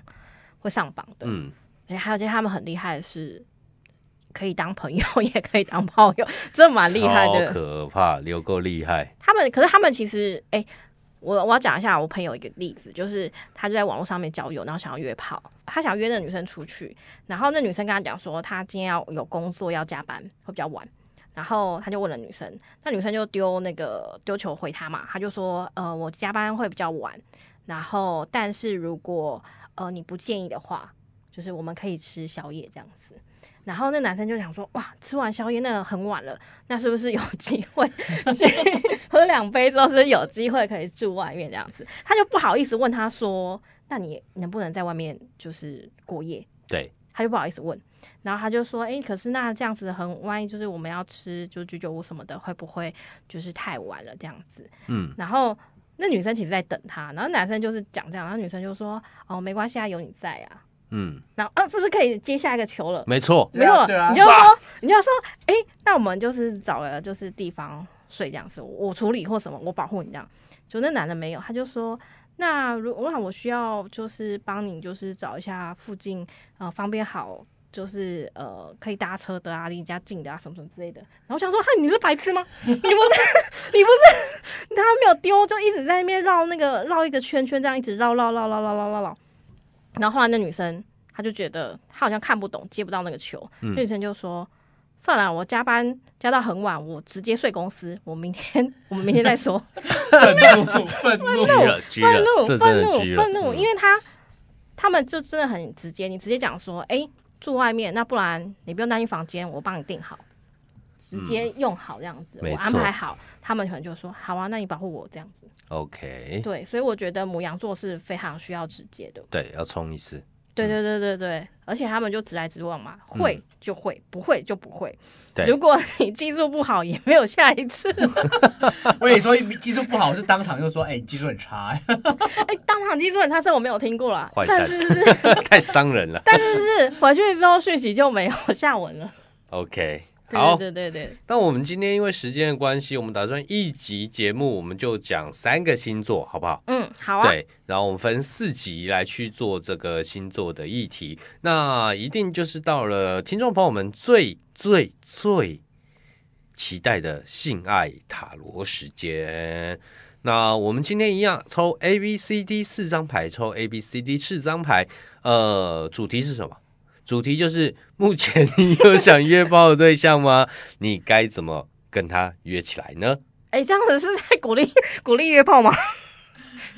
Speaker 4: 会上榜的。
Speaker 5: 嗯，
Speaker 4: 而且还有就是他们很厉害的是，可以当朋友， 也可以当炮友，这蛮厉害
Speaker 5: 超
Speaker 4: 的。
Speaker 5: 可怕，有够厉害。
Speaker 4: 他们可是他们其实哎、我我要讲一下我朋友一个例子，就是他就在网络上面交友，然后想要约炮，他想约那女生出去，然后那女生跟他讲说，他今天要有工作要加班，会比较晚。然后他就问了女生，那女生就丢那个丢球回他嘛，他就说，呃，我加班会比较晚，然后但是如果呃你不介意的话，就是我们可以吃宵夜这样子。然后那男生就想说，哇，吃完宵夜那个很晚了，那是不是有机会去喝两杯之后，是不是有机会可以住外面这样子？他就不好意思问他说，那你能不能在外面就是过夜？
Speaker 5: 对，
Speaker 4: 他就不好意思问，然后他就说：“诶，可是那这样子很，万一就是我们要吃就居酒屋什么的，会不会就是太晚了这样子
Speaker 5: 嗯？”，
Speaker 4: 然后那女生其实在等他，然后男生就是讲这样，然后女生就说：“哦，没关系啊，有你在啊。
Speaker 5: 嗯，”
Speaker 4: 然后啊，是不是可以接下一个球了？
Speaker 5: 没错，
Speaker 4: 没
Speaker 6: 对
Speaker 4: 有
Speaker 6: 啊
Speaker 4: 了，
Speaker 6: 对啊
Speaker 4: 你就说，你就说，诶，那我们就是找了就是地方睡这样子，我我处理或什么，我保护你这样。就那男的没有，他就说，那如那我需要就是帮你就是找一下附近呃方便好。就是呃，可以搭车的啊，离你家近的啊，什么什么之类的。然后我想说，哈，你是白痴吗？你不是，你不是，他没有丢，就一直在那边绕那个绕一个圈圈，这样一直绕绕绕绕绕绕绕绕。然后后来那女生她就觉得她好像看不懂，接不到那个球，
Speaker 5: 嗯
Speaker 4: 那女生就说：“算了，我加班加到很晚，我直接睡公司，我明天我们明天再 说。
Speaker 6: 愤怒，愤怒
Speaker 5: 居，了，居
Speaker 4: 愤
Speaker 5: 了，
Speaker 4: 怒，
Speaker 5: 啊这
Speaker 4: 愤
Speaker 5: 真的居
Speaker 4: 怒，
Speaker 5: 了，
Speaker 4: 愤怒，
Speaker 5: 嗯
Speaker 4: 因为他他们就真的很直接，你直接讲说：“哎、住外面，那不然你不用担心房间，我帮你订好。”直接用好这样子，
Speaker 5: 嗯没
Speaker 4: 我安
Speaker 5: 错
Speaker 4: 排好，他们可能就说好啊，那你保护我这样子。
Speaker 5: OK，
Speaker 4: 对，所以我觉得母羊座是非常需要直接的。
Speaker 5: 对，要冲一次，
Speaker 4: 对对对对对，而且他们就直来直往嘛，
Speaker 5: 嗯
Speaker 4: 会就会，不会就不会。
Speaker 5: 对，
Speaker 4: 如果你技术不好，也没有下一 次。
Speaker 6: 我也说技术不好，我是当场就说，哎，你技术很 差，
Speaker 4: 哎，当场技术很差，这我没有听过啦。
Speaker 5: 坏蛋
Speaker 4: 但是是，
Speaker 5: 太伤人了。
Speaker 4: 但是是回去之后讯息就没有下文了。
Speaker 5: OK，好
Speaker 4: 对，对对对，
Speaker 5: 那我们今天因为时间的关系，我们打算一集节目我们就讲三个星座，好不好？
Speaker 4: 嗯，好啊，
Speaker 5: 对，然后我们分四集来去做这个星座的议题。那一定就是到了听众朋友们最最最期待的性爱塔罗时间。那我们今天一样抽 A、B、C、D 四张牌，抽 A、B、C、D 四张牌。呃，主题是什么？主题就是目前你有想约炮的对象吗？你该怎么跟他约起来呢？
Speaker 4: 哎，这样子是在鼓励 鼓励约炮吗？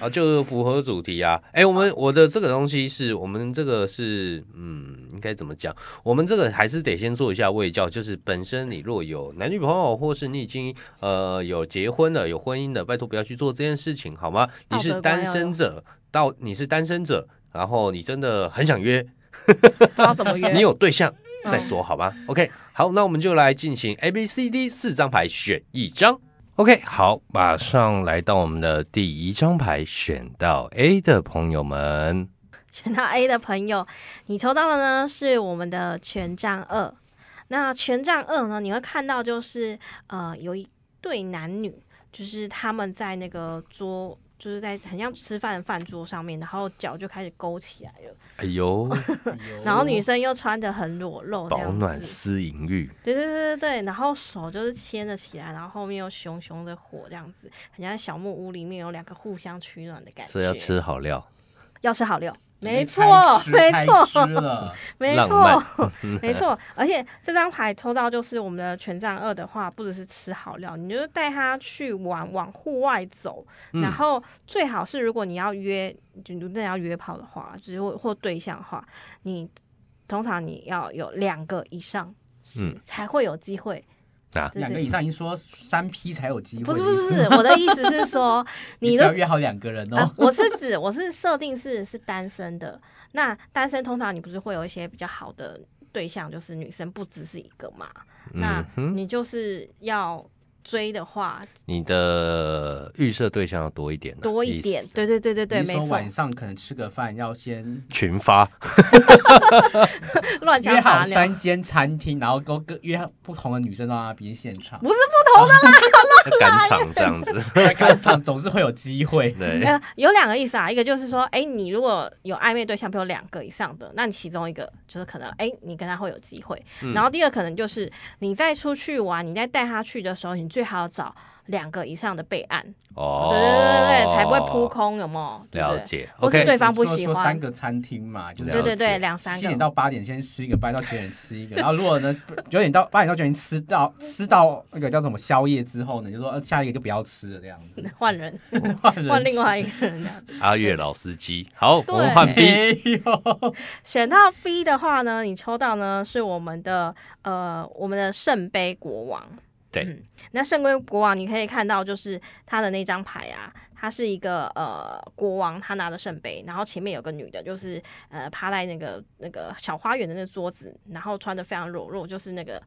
Speaker 5: 啊，就符合主题啊！哎、我们我的这个东西是我们这个是，嗯，应该怎么讲？我们这个还是得先做一下卫教，就是本身你若有男女朋友，或是你已经呃有结婚了、有婚姻的，拜托不要去做这件事情，好吗？
Speaker 4: 道
Speaker 5: 你
Speaker 4: 德
Speaker 5: 是
Speaker 4: 观
Speaker 5: 单
Speaker 4: 要
Speaker 5: 身
Speaker 4: 有
Speaker 5: 者，到你是单身者，然后你真的很想约，
Speaker 4: 不知道怎么约。
Speaker 5: 你有对象再
Speaker 4: 嗯
Speaker 5: 说好吗？OK，好，那我们就来进行 A、B、C、D 四张牌选一张。OK，好，马上来到我们的第一张牌，选到 A 的朋友们，
Speaker 4: 选到 A 的朋友，你抽到的呢是我们的权杖二。那权杖二呢，你会看到就是呃有一对男女，就是他们在那个桌，就是在很像吃饭的饭桌上面，然后脚就开始勾起来了，
Speaker 5: 哎呦，
Speaker 4: 然后女生又穿的很裸露，这
Speaker 5: 哦保暖
Speaker 4: 哦样子。
Speaker 5: 思淫欲，
Speaker 4: 对对对对对，然后手就是牵着起来，然后后面有熊熊的火这样子，很像小木屋里面有两个互相取暖的感觉。
Speaker 5: 所以要吃好料，
Speaker 4: 要吃好料，没错
Speaker 6: 没
Speaker 4: 没错
Speaker 6: 吃了，
Speaker 4: 没
Speaker 5: 浪
Speaker 4: 错
Speaker 5: 漫。
Speaker 4: 没错，而且这张牌抽到就是我们的权杖二的话，不只是吃好料，你就是带他去玩，往户外走，然后最好是如果你要约，就你真的要约炮的话，就是或或对象的话，你通常你要有两个以上，
Speaker 5: 嗯
Speaker 4: 嗯，才会有机会。
Speaker 5: 啊
Speaker 4: 对
Speaker 6: 两个
Speaker 4: 对
Speaker 6: 以上已经说三 P 才有机会，
Speaker 4: 不是不是不是，我的意思是说，
Speaker 6: 你
Speaker 4: 你
Speaker 6: 只
Speaker 4: 的
Speaker 6: 要约好两个人
Speaker 4: 啊
Speaker 6: 哦，，
Speaker 4: 我是指我是设定是是单身的，那单身通常你不是会有一些比较好的对象，就是女生不只是一个嘛，那
Speaker 5: 嗯哼，
Speaker 4: 你就是要追的话
Speaker 5: 你的预设对象要多一点啊、
Speaker 4: 多一
Speaker 5: 意思
Speaker 4: 点，对对对对对，
Speaker 6: 你
Speaker 4: 没
Speaker 6: 说
Speaker 4: 错
Speaker 6: 晚，上可能吃个饭要先
Speaker 5: 群发，
Speaker 4: 乱
Speaker 6: 约
Speaker 4: 枪
Speaker 6: 好
Speaker 4: 打鸟，
Speaker 6: 三间餐厅，然后都各约不同的女生到那边现场
Speaker 4: 不，是不同的啦，
Speaker 5: 要赶场这样子，
Speaker 6: 在赶场总是会有机会。
Speaker 5: 对，
Speaker 4: 呃，有两个意思啊，一个就是说，哎，你如果有暧昧对象，比如两个以上的，那你其中一个就是可能，哎，你跟他会有
Speaker 5: 嗯
Speaker 4: 机会，然后第二可能就是你在出去玩，你在带他去的时候，你最好找两个以上的备案，
Speaker 5: 哦，
Speaker 4: 对对对对对，才不会扑。空，有没有？对不
Speaker 5: 了
Speaker 4: 对。
Speaker 5: 解
Speaker 4: 或是
Speaker 5: ，OK，
Speaker 4: 对方不
Speaker 6: 说
Speaker 4: 喜
Speaker 6: 说
Speaker 4: 欢
Speaker 6: 三个餐厅嘛，就是
Speaker 4: 对
Speaker 5: 了
Speaker 4: 对
Speaker 5: 解
Speaker 4: 对，两三
Speaker 6: 七点
Speaker 4: 个。
Speaker 6: 到八点先吃一个，八点到九点吃一个，然后如果呢九点到八点到九点吃到吃到那个叫什么宵夜之后呢，就说呃下一个就不要吃了这样 子，
Speaker 4: 换人，
Speaker 6: 换人
Speaker 4: 换另
Speaker 6: 吃
Speaker 4: 外一个人这样。
Speaker 5: 阿月老司机。好，
Speaker 4: 对
Speaker 5: 我们换 B。
Speaker 6: 没有，
Speaker 4: 选到 B 的话呢，你抽到呢是我们的呃我们的圣杯国王。
Speaker 5: 对
Speaker 4: 嗯那圣杯国王你可以看到，就是他的那张牌啊，它是一个呃国王，他拿着圣杯，然后前面有个女的，就是呃趴在那个那个小花园的那个桌子，然后穿的非常裸露，就是那个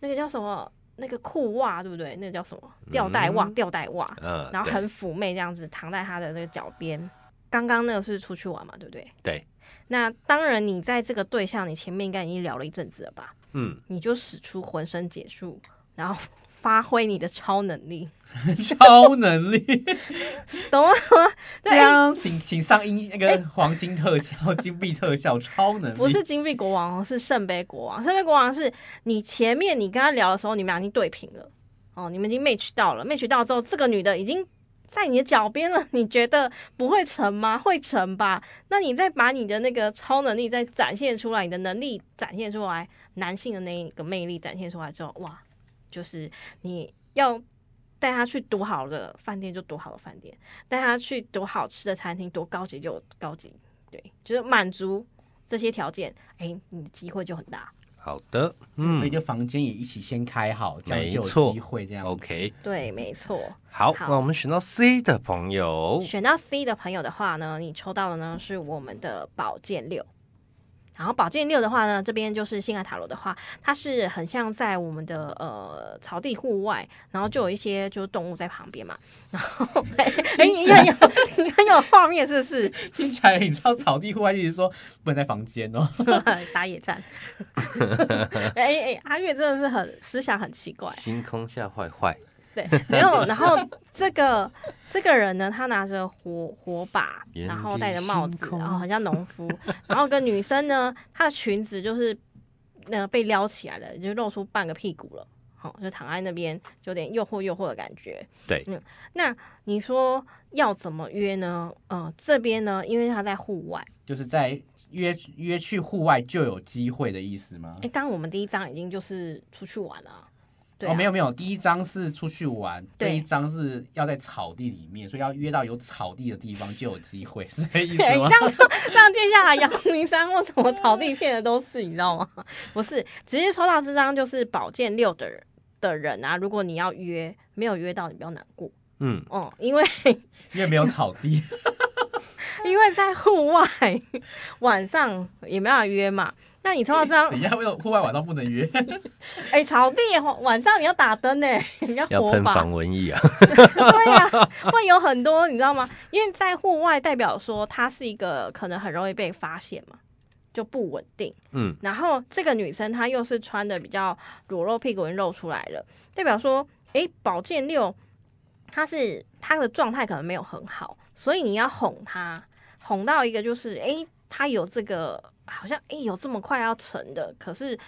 Speaker 4: 那个叫什么那个裤袜对不对？那个叫什么吊带袜？
Speaker 5: 嗯
Speaker 4: 吊带袜。
Speaker 5: 嗯，
Speaker 4: 然后
Speaker 5: 对
Speaker 4: 很妩媚这样子躺在他的那个脚边。刚刚那个是出去玩嘛，对不对？
Speaker 5: 对。
Speaker 4: 那当然，你在这个对象，你前面应该已经聊了一阵子了吧？
Speaker 5: 嗯，
Speaker 4: 你就使出浑身解数，然后 发挥你的超能力，
Speaker 6: 超能 力，
Speaker 4: 懂吗？
Speaker 6: 这
Speaker 4: 对，
Speaker 6: 样请请上音那个黄金特效、金币特效，超能
Speaker 4: 哎
Speaker 6: 力
Speaker 4: 不是金币国王哦，是圣杯国王。圣杯国王是你前面你跟他聊的时候，你们俩已经对平了哦，你们已经 match 到了，match 到之后，这个女的已经在你的脚边了，你觉得不会成吗？会成吧？那你再把你的那个超能力再展现出来，你的能力展现出来，男性的那一个魅力展现出来之后，哇，就是你要。带他去多好的饭店就多好的饭店，带他去多好吃的餐厅，多高级就有高级，对，就是满足这些条件，哎、你的机会就很大。
Speaker 5: 好的，
Speaker 6: 所以
Speaker 5: 嗯
Speaker 6: 就房间也一起先开好，这样就
Speaker 5: 没错
Speaker 6: 有机会这样。
Speaker 5: ，OK，
Speaker 4: 对，没错。
Speaker 5: 好，
Speaker 4: 好
Speaker 5: 那我们选到 C 的朋友，
Speaker 4: 选到 C 的朋友的话呢，你抽到的呢是我们的宝剑六。然后宝剑六的话呢，这边就是性爱塔罗的话，它是很像在我们的呃草地户外，然后就有一些就是动物在旁边嘛。然后哎、你很有你很有画面是不是？
Speaker 6: 听起来你知道草地户外一直说不能在房间哦，
Speaker 4: 打野战。哎哎，阿月真的是很思想很奇怪。
Speaker 5: 星空下坏坏，
Speaker 4: 对，没有。然后这个 这个人呢，他拿着火火把，
Speaker 5: 眼
Speaker 4: 然后戴着帽子
Speaker 5: 底，星
Speaker 4: 然后很像农夫。 然后跟女生呢，她的裙子就是呃被撩起来了，就露出半个屁股了。好、就躺在那边，有点诱惑诱惑的感觉。
Speaker 5: 对
Speaker 4: 嗯，那你说要怎么约呢？呃，这边呢，因为他在户外。
Speaker 6: 就是在约约去户外就有机会的意思吗
Speaker 4: 哎、？刚刚我们第一章已经就是出去玩了啊，对、
Speaker 6: 哦，没有，没有，第一张是出去玩，
Speaker 4: 对
Speaker 6: 第一张是要在草地里面，所以要约到有草地的地方就有机会，是这意思
Speaker 4: 对，
Speaker 6: 吗？
Speaker 4: 这样这样接下来阳明山或什么草地片的都是，你知道吗？不是，直接抽到这张就是宝剑六的人的人啊，如果你要约，没有约到，你不要难过，
Speaker 5: 嗯，
Speaker 4: 哦、因为
Speaker 6: 因为没有草 地，
Speaker 4: 因为在户外晚上也没办法约嘛。那你抽到这张
Speaker 6: 等，一下为什么户外晚上不能约？
Speaker 4: 哎、草地晚上你要打灯呢、你要
Speaker 5: 要
Speaker 4: 火
Speaker 5: 喷
Speaker 4: 把，
Speaker 5: 防蚊液啊，
Speaker 4: 对呀、会有很多，你知道吗？因为在户外代表说它是一个可能很容易被发现嘛，就不稳定。
Speaker 5: 嗯，
Speaker 4: 然后这个女生她又是穿的比较裸露，屁股已经露出来了，代表说，诶，宝剑六，她是她的状态可能没有很好，所以你要哄她，哄到一个就是，诶，她有这个好像诶有这么快要成的，可是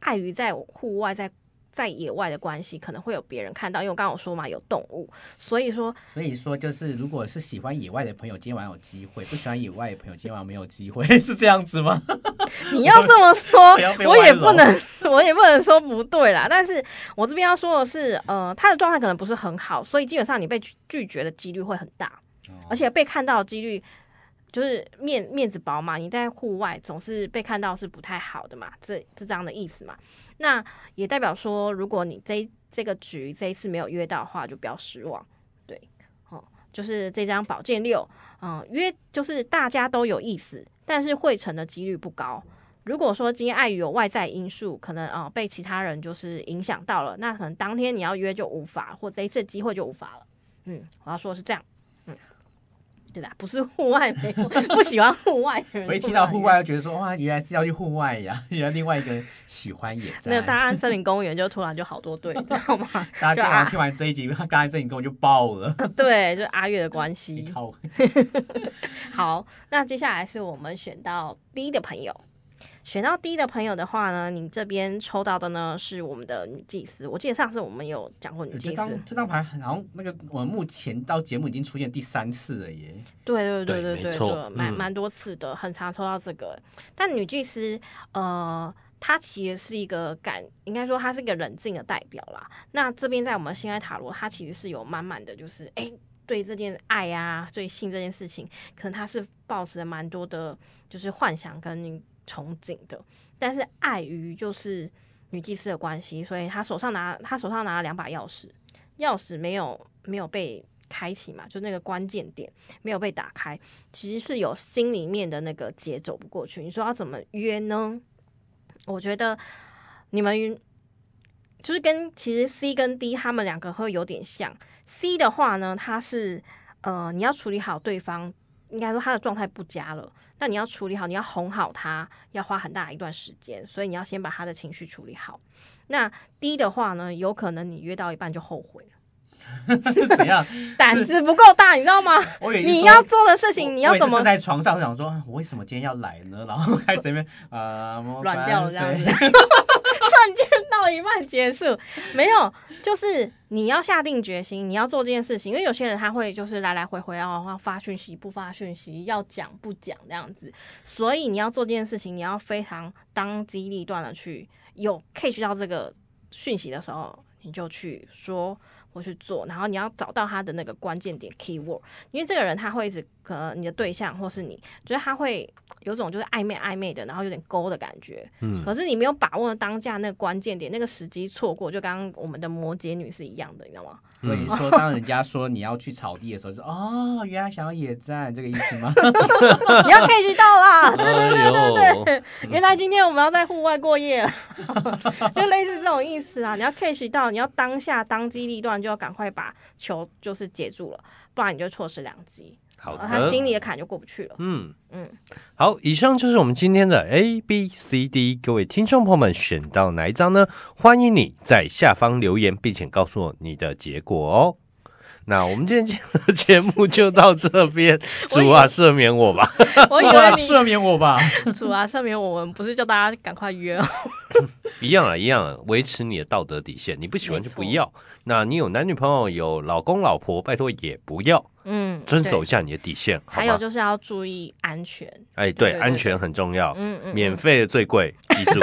Speaker 4: 碍于在户外在。在野外的关系可能会有别人看到，因为我刚刚有说嘛，有动物，所以说
Speaker 6: 所以说就是如果是喜欢野外的朋友，今天晚上有机会；不喜欢野外的朋友，今天晚上没有机会，是这样子吗？
Speaker 4: 你要这么说
Speaker 6: 不要，被
Speaker 4: 我也
Speaker 6: 歪楼
Speaker 4: 不能， 我也不能说不对啦。但是我这边要说的是，呃，他的状态可能不是很好，所以基本上你被拒拒绝的几率会很大， 而
Speaker 6: 哦
Speaker 4: 且被看到的几率就是面面子薄嘛。你在户外总是被看到是不太好的嘛，这这这样的意思嘛。那也代表说，如果你这一这个局这一次没有约到的话，就不要失望。对，哦，就是这张宝剑六，嗯、约就是大家都有意思，但是会成的几率不高。如果说今天碍于有外在因素，可能啊、呃被其他人就是影响到了，那可能当天你要约就无法，或这一次机会就无法了。嗯，我要说的是这样。嗯，对的，啊不是户外没有 不喜欢户外的人。
Speaker 6: 我一听到户外，就觉得说哇，原来是要去户外呀！原来另外一个喜欢野
Speaker 4: 没有
Speaker 6: 战，
Speaker 4: 大安森林公园，就突然就好多队，你知道吗？
Speaker 6: 大家
Speaker 4: 就
Speaker 6: 听完
Speaker 4: 啊嗯
Speaker 6: 听完这一集，刚才这一跟我就爆了，
Speaker 4: 对，就是阿月的关系
Speaker 6: 你。靠！
Speaker 4: 好，那接下来是我们选到 D 的朋友，选到 D 的朋友的话呢，你这边抽到的呢是我们的女祭司。我记得上次我们有讲过女
Speaker 6: 这
Speaker 4: 祭司
Speaker 6: 张，这张牌好像那个我们目前到节目已经出现第三次了耶。
Speaker 4: 对对对
Speaker 5: 对
Speaker 4: 对
Speaker 5: 没
Speaker 4: 对
Speaker 5: 错
Speaker 4: 对，蛮
Speaker 5: 嗯
Speaker 4: 蛮多次的，很常抽到这个。但女祭司，呃，她其实是一个感，应该说她是一个冷静的代表啦。那这边在我们心爱塔罗，她其实是有满满的，就是哎。对这件爱啊，对性这件事情，可能她是抱持了蛮多的，就是幻想跟憧憬的。但是碍于就是女祭司的关系，所以她手上拿她手上拿了两把钥匙，钥匙没有没有被开启嘛，就那个关键点没有被打开，其实是有心里面的那个结走不过去。你说要怎么约呢？我觉得你们就是跟其实 C 跟 D 他们两个会有点像。C 的话呢，它是呃你要处理好对方，应该说他的状态不佳了，那你要处理好，你要哄好他，要花很大一段时间，所以你要先把他的情绪处理好。那 D 的话呢，有可能你约到一半就后悔了，
Speaker 6: 是怎样？
Speaker 4: 胆子不够大，你知道吗？
Speaker 6: 我以为
Speaker 4: 你
Speaker 6: 说
Speaker 4: 要做的事
Speaker 6: 我
Speaker 4: 情，你要
Speaker 6: 我也是
Speaker 4: 怎么
Speaker 6: 正在床上想说，啊我为什么今天要来呢？然后开始那边呃，我
Speaker 4: 软掉了这样子
Speaker 6: 反 正谁
Speaker 4: 瞬间到一半结束，没有，就是你要下定决心，你要做这件事情。因为有些人他会就是来来回回啊，要发讯息不发讯息，要讲不讲这样子。所以你要做这件事情，你要非常当机立断的去有 catch 到这个讯息的时候，你就去说。我去做，然后你要找到他的那个关键点 key word，因为这个人他会一直可能你的对象或是你，就是他会有种就是暧昧暧昧的，然后有点勾的感觉，
Speaker 5: 嗯，
Speaker 4: 可是你没有把握当下那个关键点，那个时机错过，就刚刚我们的摩羯女是一样的，你知道 吗？
Speaker 6: 我
Speaker 5: 嗯
Speaker 6: 以为说，当人家说你要去草地的时候，就说哦，原来想要野战，这个意思吗？
Speaker 4: 你要 catch 到啦！
Speaker 5: 哎呦，
Speaker 4: 原来今天我们要在户外过夜了， 就类似这种意思啊。你要 catch 到，你要当下当机立断，就要赶快把球就是截住了，不然你就错失良机，
Speaker 5: 好
Speaker 4: 然后他心
Speaker 5: 的，
Speaker 4: 里的坎就过不去 了。
Speaker 5: 嗯。
Speaker 4: 嗯，
Speaker 5: 好，以上就是我们今天的 A B C D，各位听众朋友们选到哪一张呢？欢迎你在下方留言，并且告诉我你的结果哦。那我们今天的节目就到这边，
Speaker 4: 我以为
Speaker 5: 主啊赦免我吧。
Speaker 4: 我以
Speaker 6: 是吧
Speaker 4: 为
Speaker 6: 赦免我吧。
Speaker 4: 你主啊，上面我们不是叫大家赶快约哦，
Speaker 5: 一样啊，一样啊，维持你的道德底线，你不喜欢就不要。那你有男女朋友，有老公老婆，拜托也不要，
Speaker 4: 嗯，
Speaker 5: 遵守
Speaker 4: 对
Speaker 5: 一。下你的底线，好
Speaker 4: 还有
Speaker 5: 吗？
Speaker 4: 就是要注意安全，
Speaker 5: 哎，
Speaker 4: 对
Speaker 5: 对，
Speaker 4: 对
Speaker 5: 安全很重要，
Speaker 4: 嗯嗯，
Speaker 5: 免费的最贵，记 住，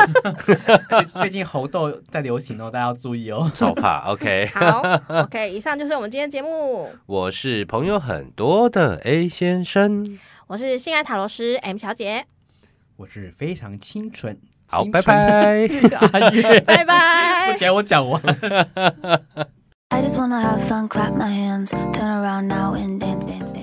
Speaker 6: 最最近猴痘在流行哦，大家要注意哦。
Speaker 5: 超怕。OK，
Speaker 4: 好 ，OK，以上就是我们今天节目。
Speaker 5: 我是朋友很多的 A 先生，
Speaker 4: 我是性爱塔罗师 M 小姐，
Speaker 6: 我是非常清纯，
Speaker 5: 好，
Speaker 6: 清
Speaker 5: 拜
Speaker 6: 纯。
Speaker 5: 拜。
Speaker 6: 阿月，
Speaker 4: 拜拜
Speaker 6: 不。给我讲完。
Speaker 2: I just wanna have fun, clap my hands, turn around now and dance, dance, dance.